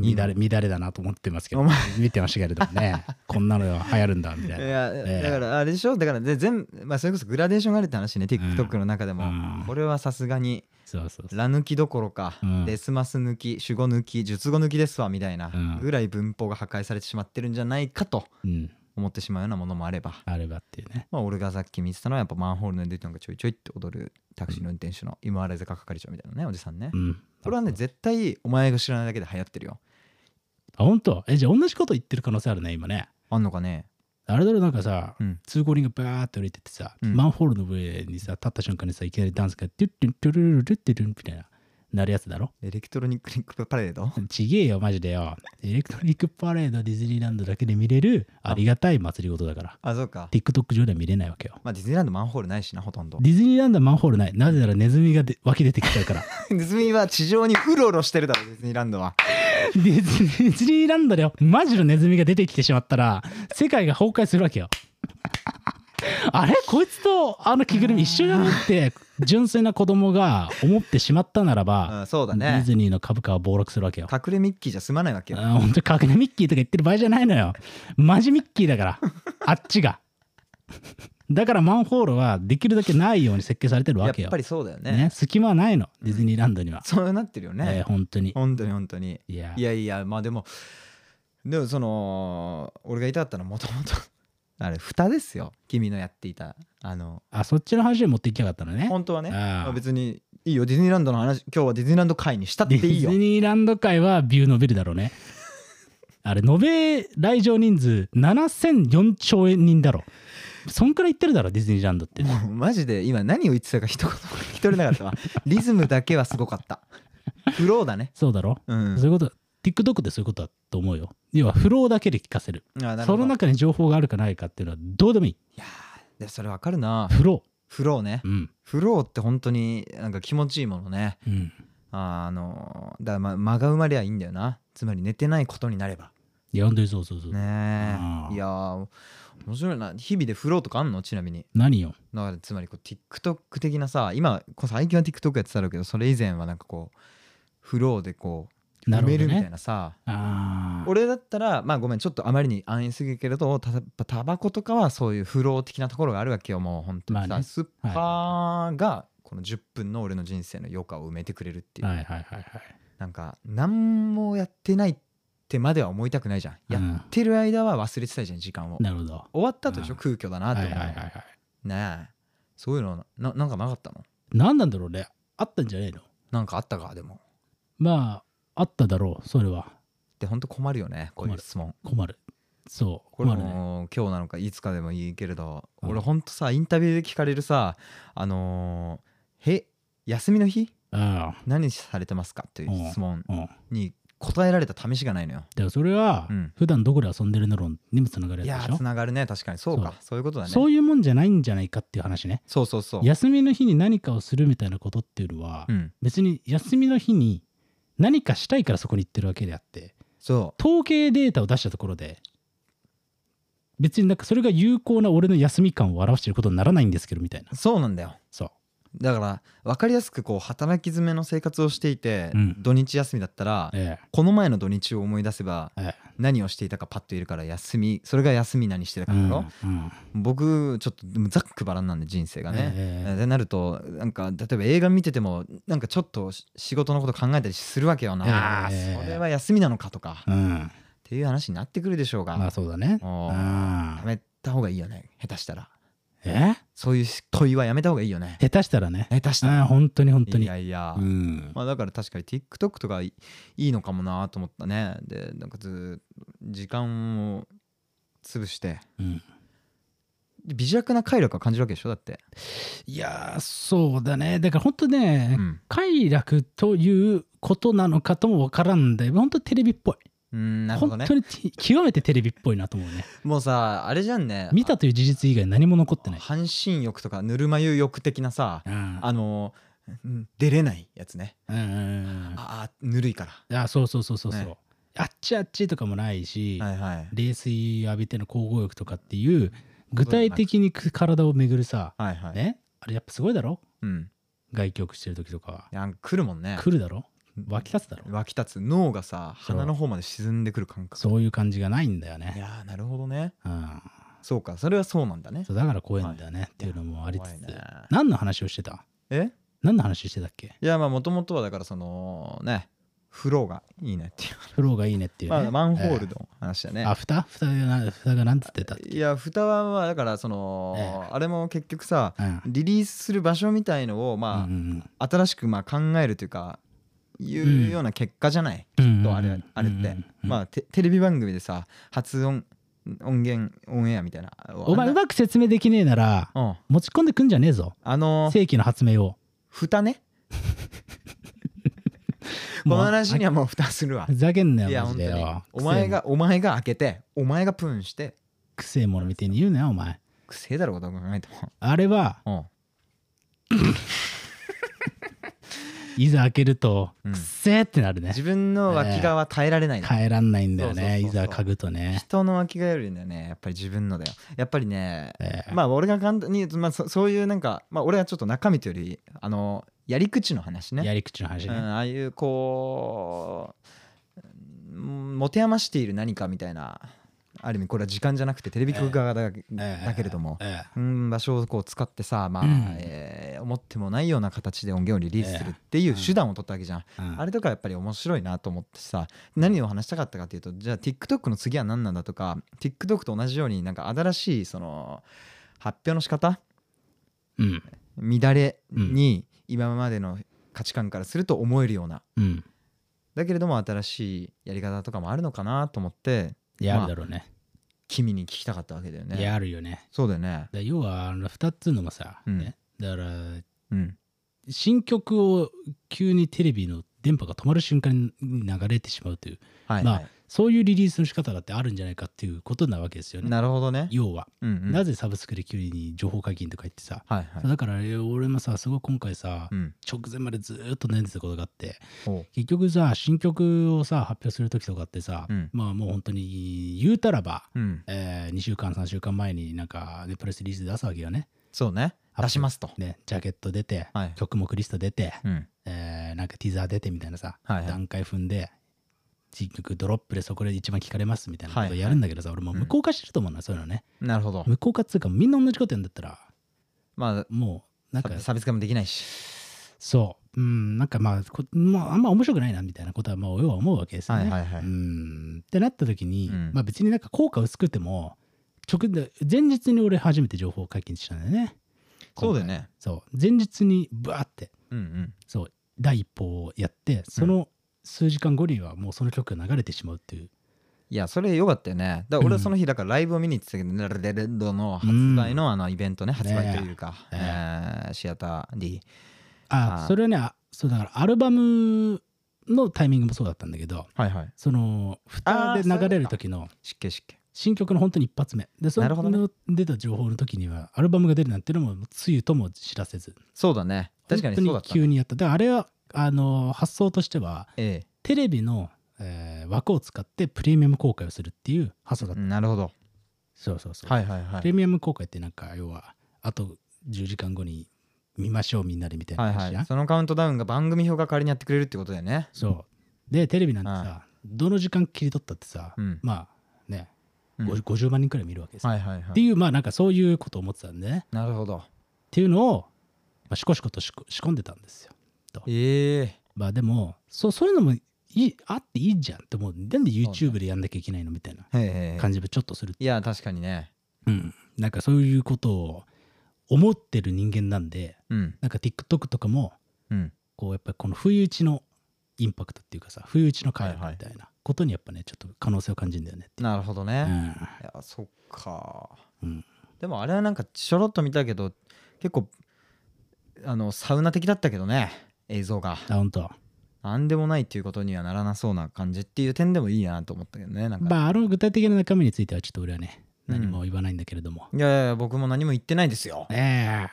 [SPEAKER 2] 乱れ乱れだなと思ってますけど
[SPEAKER 3] お前
[SPEAKER 2] 見てましたけれどもねこんなのが流行るんだみたい
[SPEAKER 3] い
[SPEAKER 2] な
[SPEAKER 3] や
[SPEAKER 2] ええ
[SPEAKER 3] だからあれでしょだからで全まあそれこそグラデーションがあるって話ね TikTok の中でも、
[SPEAKER 2] うん
[SPEAKER 3] これはさすがに
[SPEAKER 2] そうそうそう
[SPEAKER 3] ラ抜きどころか、
[SPEAKER 2] うん
[SPEAKER 3] デスマス抜き主語抜き術語抜きですわみたいな
[SPEAKER 2] うん
[SPEAKER 3] ぐらい文法が破壊されてしまってるんじゃないかと
[SPEAKER 2] うん
[SPEAKER 3] 思ってしまうようなものもあれば、
[SPEAKER 2] あればっていうね
[SPEAKER 3] まあ、俺がさっき見てたのはやっぱマンホールの出てなんかちょいちょいって踊るタクシーの運転手の今原坂係長みたいなねおじさんね
[SPEAKER 2] うん
[SPEAKER 3] これはね絶対お前が知らないだけで流行ってるよ
[SPEAKER 2] あ本当えじゃあ同じこと言ってる可能性あるね今ね
[SPEAKER 3] あんのかね
[SPEAKER 2] あれだろなんかさ、
[SPEAKER 3] うん
[SPEAKER 2] 通行人がバーって降りてってさ、
[SPEAKER 3] うん
[SPEAKER 2] マンホールの上にさ立った瞬間にさいきなりダンスがトゥットゥントゥルルルルットゥルンみたいななるやつだろ
[SPEAKER 3] エレクトロニックリンクパレード
[SPEAKER 2] ちげえよマジでよエレクトリックパレードディズニーランドだけで見れるありがたい祭りごとだから
[SPEAKER 3] あそうか
[SPEAKER 2] TikTok 上では見れないわけよ
[SPEAKER 3] まあディズニーランドマンホールないしなほとんど
[SPEAKER 2] ディズニーランドはマンホールないなぜならネズミがで湧き出てきちゃうから
[SPEAKER 3] ディズニーは地上にうろうろしてるだろディズニーランドは
[SPEAKER 2] ディズニーディズニーランドでよマジのネズミが出てきてしまったら世界が崩壊するわけよあれこいつとあの着ぐるみ一緒じゃなくて純粋な子供が思ってしまったならば、
[SPEAKER 3] うんそうだ
[SPEAKER 2] ディ
[SPEAKER 3] ね
[SPEAKER 2] ズニーの株価は暴落するわけよ
[SPEAKER 3] 隠れミッキーじゃ済まないわけよ
[SPEAKER 2] あ本当隠れミッキーとか言ってる場合じゃないのよマジミッキーだ からあっちがだからマンホールはできるだけないように設計されてる
[SPEAKER 3] や
[SPEAKER 2] わ
[SPEAKER 3] っ
[SPEAKER 2] けよ
[SPEAKER 3] ぱりそうだよね
[SPEAKER 2] ね隙間はないのディズニーランドには、
[SPEAKER 3] そうなってるよ
[SPEAKER 2] えー
[SPEAKER 3] ね、
[SPEAKER 2] 本当に
[SPEAKER 3] 本当に本当に
[SPEAKER 2] いや
[SPEAKER 3] いやいやまあでもでもその俺が言いたかったのはもとも とあれ蓋ですよ君のやっていたあの
[SPEAKER 2] あそっちの話で持っていきたかったのね
[SPEAKER 3] 本当はね
[SPEAKER 2] ああ
[SPEAKER 3] まあ別にいいよディズニーランドの話今日はディズニーランド会にしたって
[SPEAKER 2] デ
[SPEAKER 3] いい
[SPEAKER 2] ィズ
[SPEAKER 3] よ
[SPEAKER 2] ニーランド界はビュー伸びるだろう ねあれ延べ来場人数7004兆円人だろそんくらい行ってるだろディズニーランドって
[SPEAKER 3] もうマジで今何を言ってたか一言も聞き取れなかったわリズムだけはすごかったフローだね
[SPEAKER 2] そうだろ、
[SPEAKER 3] うん
[SPEAKER 2] そういうこと TikTok でそういうことだと思うよ要はフローだけで聞かせる
[SPEAKER 3] あなるほ
[SPEAKER 2] そ
[SPEAKER 3] ど
[SPEAKER 2] の
[SPEAKER 3] い
[SPEAKER 2] 中に情報があるかないかっていうのはどうでもいい
[SPEAKER 3] やーでそれわかるな
[SPEAKER 2] フロ
[SPEAKER 3] フローね
[SPEAKER 2] ーうん
[SPEAKER 3] フローって本当になんか気持ちいいものね
[SPEAKER 2] うん
[SPEAKER 3] あのだからま間が生まれゃいいんだよなつまり寝てないことになれば
[SPEAKER 2] いや本当にそうそうそう、
[SPEAKER 3] ね
[SPEAKER 2] あ
[SPEAKER 3] え
[SPEAKER 2] ー
[SPEAKER 3] いやー面白いな日々でフローとかあんのちなみに
[SPEAKER 2] 何よ
[SPEAKER 3] だからつまりこう TikTok 的なさ今こう最近は TikTok やってたろうけどそれ以前はなんかこうフローでこう
[SPEAKER 2] な
[SPEAKER 3] 埋
[SPEAKER 2] るほ
[SPEAKER 3] め
[SPEAKER 2] ど
[SPEAKER 3] るみたい
[SPEAKER 2] ね
[SPEAKER 3] なさ
[SPEAKER 2] ああ
[SPEAKER 3] 俺だったらまあごめんちょっとあまりに安易すぎるけれどたやっぱタバコとかはそういうフロー的なところがあるわけよもう本当にさ、
[SPEAKER 2] まあね
[SPEAKER 3] スッパーがこの10分の俺の人生の余暇を埋めてくれるっていう、
[SPEAKER 2] はいはいはいはい
[SPEAKER 3] なんか何もやってないってまでは思いたくないじゃん、
[SPEAKER 2] う
[SPEAKER 3] や
[SPEAKER 2] ん
[SPEAKER 3] ってる間は忘れてたじゃん時間を
[SPEAKER 2] なるほどは
[SPEAKER 3] 終わった後でしょ、
[SPEAKER 2] うん
[SPEAKER 3] 空虚だないっ
[SPEAKER 2] は
[SPEAKER 3] て
[SPEAKER 2] い
[SPEAKER 3] 思う、
[SPEAKER 2] はいはい
[SPEAKER 3] ねえそういうのななんかなかったの
[SPEAKER 2] 何なんだろうねあったんじゃねえの
[SPEAKER 3] なんかあったかでも
[SPEAKER 2] まああっただろうそれは
[SPEAKER 3] で本当困るよねこういう
[SPEAKER 2] 困る
[SPEAKER 3] 質問
[SPEAKER 2] 困るそう
[SPEAKER 3] これ
[SPEAKER 2] 困るね
[SPEAKER 3] も今日なのかいつかでもいいけれど、
[SPEAKER 2] うん
[SPEAKER 3] 俺ほんとさインタビューで聞かれるさあのーへ休みの日
[SPEAKER 2] あ
[SPEAKER 3] 何されてますか?」っていう質問
[SPEAKER 2] あうんだか
[SPEAKER 3] に答えられた試しがないのよ。
[SPEAKER 2] らそれは
[SPEAKER 3] うん
[SPEAKER 2] 普段どこで遊んでるの論にもつながる
[SPEAKER 3] い
[SPEAKER 2] や
[SPEAKER 3] や
[SPEAKER 2] つでし
[SPEAKER 3] ー
[SPEAKER 2] ょ
[SPEAKER 3] つながるね確かにそうかそういうことだね
[SPEAKER 2] そういうもんじゃないんじゃないかっていう話ね
[SPEAKER 3] そうそうそう
[SPEAKER 2] 休みの日に何かをするみたいなことっていうのは
[SPEAKER 3] うん、
[SPEAKER 2] 別に休みの日に何かしたいからそこに行ってるわけであって
[SPEAKER 3] そう
[SPEAKER 2] 統計データを出したところで別になんかそれが有効な俺の休み感を表していることにならないんですけどみたいな
[SPEAKER 3] そうなんだよ
[SPEAKER 2] そう
[SPEAKER 3] だから分かりやすくこう働き詰めの生活をしていて、
[SPEAKER 2] うん
[SPEAKER 3] 土日休みだったら、
[SPEAKER 2] え
[SPEAKER 3] この前の土日を思い出せば
[SPEAKER 2] ええ
[SPEAKER 3] 何をしていたかパッといるから休みそれが休み何してた
[SPEAKER 2] え
[SPEAKER 3] かだろ、
[SPEAKER 2] うんうん
[SPEAKER 3] 僕ちょっとでもざっくばらんなんで人生がね。
[SPEAKER 2] ええ
[SPEAKER 3] でなるとなんか例えば映画見ててもなんかちょっとし仕事のこと考えたりするわけよな、
[SPEAKER 2] ええ
[SPEAKER 3] それは休みなのかとか、
[SPEAKER 2] う
[SPEAKER 3] っ
[SPEAKER 2] ん
[SPEAKER 3] ていう話になってくるでしょうが、
[SPEAKER 2] まあそうだね
[SPEAKER 3] もう
[SPEAKER 2] あ
[SPEAKER 3] やめた方がいいよね下手したら
[SPEAKER 2] え
[SPEAKER 3] そういう問いはやめた方がいいよね
[SPEAKER 2] 下手したらね
[SPEAKER 3] 下手したら
[SPEAKER 2] あ本当に本当
[SPEAKER 3] い
[SPEAKER 2] に
[SPEAKER 3] やいや、
[SPEAKER 2] うん
[SPEAKER 3] まあ、だから確かに TikTok とかいいいのかもなと思ったねでなんかずっと時間を潰して
[SPEAKER 2] うん
[SPEAKER 3] 微弱な快楽は感じるわけでしょだって、
[SPEAKER 2] いやーそうだねだから本当ね、
[SPEAKER 3] うん、
[SPEAKER 2] 快楽ということなのかともわからんで本当テレビっぽい、
[SPEAKER 3] うんなるほど
[SPEAKER 2] 本
[SPEAKER 3] ね
[SPEAKER 2] 当にて極めてテレビっぽいなと思うね
[SPEAKER 3] もうさあれじゃんね
[SPEAKER 2] 見たという事実以外何も残ってない
[SPEAKER 3] 半身浴とかぬるま湯浴的なさ
[SPEAKER 2] うん
[SPEAKER 3] あのうん出れないやつね
[SPEAKER 2] うんうん
[SPEAKER 3] ああぬるいか
[SPEAKER 2] うんあそうそうそうそうそう、
[SPEAKER 3] ね
[SPEAKER 2] あっちあっちとかもないし、
[SPEAKER 3] らはいはい
[SPEAKER 2] 冷水浴びての交互浴とかっていう具体的に体を巡るさ、
[SPEAKER 3] はいはい、
[SPEAKER 2] ねあれやっぱすごいだろ
[SPEAKER 3] うん
[SPEAKER 2] 外局してる時とかは、
[SPEAKER 3] なんか来るもんね
[SPEAKER 2] 来るだろ湧き立つだろ
[SPEAKER 3] 湧き立つ脳がさ
[SPEAKER 2] そう
[SPEAKER 3] 鼻の方まで沈んでくる感覚
[SPEAKER 2] そういう感じがないんだよ
[SPEAKER 3] い
[SPEAKER 2] ね、
[SPEAKER 3] やーなるほどね
[SPEAKER 2] うん、
[SPEAKER 3] そうかそれはそうなんだね
[SPEAKER 2] そうだから怖いんだよね、っていうのもありつつ、
[SPEAKER 3] 怖いね
[SPEAKER 2] 何の話をしてた
[SPEAKER 3] え
[SPEAKER 2] 何の話してたっけ
[SPEAKER 3] いやまあもともとはだからそのねフローがいいねっていう
[SPEAKER 2] フローがいいねっていうね、
[SPEAKER 3] まあ、マンホールの話だね、
[SPEAKER 2] えーあ蓋蓋がな蓋がなんつってたっけ
[SPEAKER 3] いや蓋はまあだからその、
[SPEAKER 2] え
[SPEAKER 3] あれも結局さ
[SPEAKER 2] うん
[SPEAKER 3] リリースする場所みたいのをまあ、
[SPEAKER 2] うんうん
[SPEAKER 3] 新しくまあ考えるというかいうような結果じゃない、
[SPEAKER 2] うん
[SPEAKER 3] とあれあれっ
[SPEAKER 2] う
[SPEAKER 3] て
[SPEAKER 2] ん、
[SPEAKER 3] まあテテレビ番組でさ発音音源オンエアみたいな
[SPEAKER 2] お前うまく説明できねえなら
[SPEAKER 3] うん
[SPEAKER 2] 持ち込んでくんじゃねえぞ
[SPEAKER 3] あの
[SPEAKER 2] 世紀の発明を
[SPEAKER 3] 蓋ねこ
[SPEAKER 2] もう
[SPEAKER 3] の話にはもう蓋するわ
[SPEAKER 2] ふざけんないよ
[SPEAKER 3] や
[SPEAKER 2] マジ
[SPEAKER 3] 本
[SPEAKER 2] で
[SPEAKER 3] 当に
[SPEAKER 2] よ
[SPEAKER 3] お前がお前が開けてお前がプンして
[SPEAKER 2] くせえものみたいに言うなよお前
[SPEAKER 3] くせえだろこと考えても
[SPEAKER 2] あれは
[SPEAKER 3] うん
[SPEAKER 2] いざ開けると
[SPEAKER 3] うん
[SPEAKER 2] くっせえってなるね
[SPEAKER 3] 自分の脇側耐えられないの
[SPEAKER 2] 帰らんないんだよね
[SPEAKER 3] そうそうそう
[SPEAKER 2] い
[SPEAKER 3] そう
[SPEAKER 2] ざ嗅ぐとね
[SPEAKER 3] 人の脇側よりだよねやっぱり自分のだよやっぱりね
[SPEAKER 2] えー
[SPEAKER 3] まあ俺が簡単に言うと、まあ、そそういうなんか、まあ、俺はちょっと中身というよりあのやり口の話ね
[SPEAKER 2] やり口の話
[SPEAKER 3] うん、
[SPEAKER 2] ね
[SPEAKER 3] ああいうこううん持て余している何かみたいなある意味これは時間じゃなくてテレビ局側だ,、
[SPEAKER 2] えー
[SPEAKER 3] だけれども、
[SPEAKER 2] えー
[SPEAKER 3] うん、場所をこう使ってさ、まあ
[SPEAKER 2] うん
[SPEAKER 3] えー思ってもないような形で音源をリリースするっていう手段を取ったわけじゃん、
[SPEAKER 2] うん
[SPEAKER 3] あれとかやっぱり面白いなと思ってさ何を話したかったかっていうとじゃあ TikTok の次は何なんだとか TikTok と同じようになんか新しいその発表の仕方
[SPEAKER 2] うん
[SPEAKER 3] 乱れに今までの価値観からすると思えるような
[SPEAKER 2] うん
[SPEAKER 3] だけれども新しいやり方とかもあるのかなと思って
[SPEAKER 2] いやあるだろうね
[SPEAKER 3] 君に聞きたかったわけだよね
[SPEAKER 2] いやあるよね
[SPEAKER 3] そうだよね
[SPEAKER 2] だ要はあの2つのもさ、
[SPEAKER 3] うん
[SPEAKER 2] ねだから
[SPEAKER 3] うん
[SPEAKER 2] 新曲を急にテレビの電波が止まる瞬間に流れてしまうという
[SPEAKER 3] はい、
[SPEAKER 2] まあ
[SPEAKER 3] はい
[SPEAKER 2] そういうリリースの仕方だってあるんじゃないかっていうことなわけですよね
[SPEAKER 3] なるほどね
[SPEAKER 2] 要は、
[SPEAKER 3] うんうん
[SPEAKER 2] なぜサブスクで急に情報解禁とか言ってさ、
[SPEAKER 3] はいはい
[SPEAKER 2] だからえ俺もさすごい今回さ、
[SPEAKER 3] うん
[SPEAKER 2] 直前までずーっと悩んでたことがあって
[SPEAKER 3] ほう
[SPEAKER 2] 結局さ新曲をさ発表する時とかってさ、
[SPEAKER 3] うん
[SPEAKER 2] まあもう本当に言うたらば、
[SPEAKER 3] うん
[SPEAKER 2] え2週間3週間前になんか、ね、プレスリリース出すわけよね
[SPEAKER 3] そうね出しますと
[SPEAKER 2] ね、ジャケット出て、
[SPEAKER 3] はい
[SPEAKER 2] 曲目リスト出て、
[SPEAKER 3] うん
[SPEAKER 2] えーなんかティザー出てみたいなさ、
[SPEAKER 3] はいはい
[SPEAKER 2] 段階踏んで新曲ドロップでそこで一番聞かれますみたいなこ
[SPEAKER 3] はい
[SPEAKER 2] と
[SPEAKER 3] はい
[SPEAKER 2] やるんだけどさ、俺もう無効化してると思うな、そういうのね
[SPEAKER 3] なるほど
[SPEAKER 2] 無効化っつうかみんな同じことやんだったら
[SPEAKER 3] まあ
[SPEAKER 2] もうなんか
[SPEAKER 3] 差差別化もできないし
[SPEAKER 2] そううんなんかまあこ、まあ、あんま面白くないなみたいなことはまあ要は思うわけですよね、
[SPEAKER 3] はいはいはい
[SPEAKER 2] うんってなった時に、
[SPEAKER 3] うん
[SPEAKER 2] まあ別になんか効果薄くても直で前日に俺初めて情報解禁したんだよね
[SPEAKER 3] そうだよね
[SPEAKER 2] そう前日にバーって
[SPEAKER 3] うんうん
[SPEAKER 2] そう第一報をやってその数時間後にはもうその曲が流れてしまうっていう
[SPEAKER 3] いやそれよかったよねだから俺はその日だからライブを見に行ってたけど、レレレッドの発売のあのイベントね、発売というか、
[SPEAKER 2] ね
[SPEAKER 3] えーシアター D
[SPEAKER 2] あ
[SPEAKER 3] あー
[SPEAKER 2] それはねあそうだからアルバムのタイミングもそうだったんだけど
[SPEAKER 3] はいはい
[SPEAKER 2] その蓋で流れる時の
[SPEAKER 3] 湿気湿気
[SPEAKER 2] 新曲の本当に一発目でそ
[SPEAKER 3] なるほどね
[SPEAKER 2] の出た情報の時にはアルバムが出るなんていうのもつゆとも知らせず
[SPEAKER 3] そうだね確かにそうだ
[SPEAKER 2] 本
[SPEAKER 3] った
[SPEAKER 2] 当に急にやっただからあれはあの発想としては
[SPEAKER 3] え
[SPEAKER 2] テレビの、えー枠を使ってプレミアム公開をするっていう発想だ
[SPEAKER 3] え
[SPEAKER 2] った、
[SPEAKER 3] なるほど
[SPEAKER 2] そうそうそう
[SPEAKER 3] はいはいは
[SPEAKER 2] プレ
[SPEAKER 3] い
[SPEAKER 2] ミアム公開ってなんか要はあと10時間後に見ましょうみんなでみたいな
[SPEAKER 3] は
[SPEAKER 2] 話じゃん、
[SPEAKER 3] いはいそのカウントダウンが番組表が代わりにやってくれるってことだよね
[SPEAKER 2] そうでテレビなんてさ、
[SPEAKER 3] は
[SPEAKER 2] どの時間切り取ったってさ、
[SPEAKER 3] うん
[SPEAKER 2] まあね、
[SPEAKER 3] うん
[SPEAKER 2] 50 50万人くらい見るわけですよ、
[SPEAKER 3] はいはいは
[SPEAKER 2] って
[SPEAKER 3] い
[SPEAKER 2] いうまあなんかそういうことを思ってたんでね
[SPEAKER 3] なるほど
[SPEAKER 2] っていうのを、まあ、しこしことしこ仕込んでたんですよ
[SPEAKER 3] ええ
[SPEAKER 2] まあでもそうそういうのもいいあっていいじゃんって思うなんで YouTube でやんなきゃいけないのみたいな
[SPEAKER 3] へえ
[SPEAKER 2] 感じもちょっとする、
[SPEAKER 3] いや確かにね
[SPEAKER 2] うん、なんかそういうことを思ってる人間なんで
[SPEAKER 3] うん
[SPEAKER 2] なんか TikTok とかも
[SPEAKER 3] うん
[SPEAKER 2] こうやっぱりこの不意打ちのインパクトっていうかさ不意打ちの回
[SPEAKER 3] はいはい
[SPEAKER 2] みたいなことにやっぱねちょっと可能性を感じるんだよねっていう
[SPEAKER 3] なるほどね、いやそっかでもあれはなんかちょろっと見たけど結構あのサウナ的だったけどね映像が
[SPEAKER 2] うん、あ本当
[SPEAKER 3] 何でもないっていうことにはならなそうな感じっていう点でもいいなと思ったけどねなんか、
[SPEAKER 2] まああの具体的な中身についてはちょっと俺はね
[SPEAKER 3] うん
[SPEAKER 2] 何も言わないんだけれども、
[SPEAKER 3] いやいやいや僕も何も言ってないですよ
[SPEAKER 2] ええ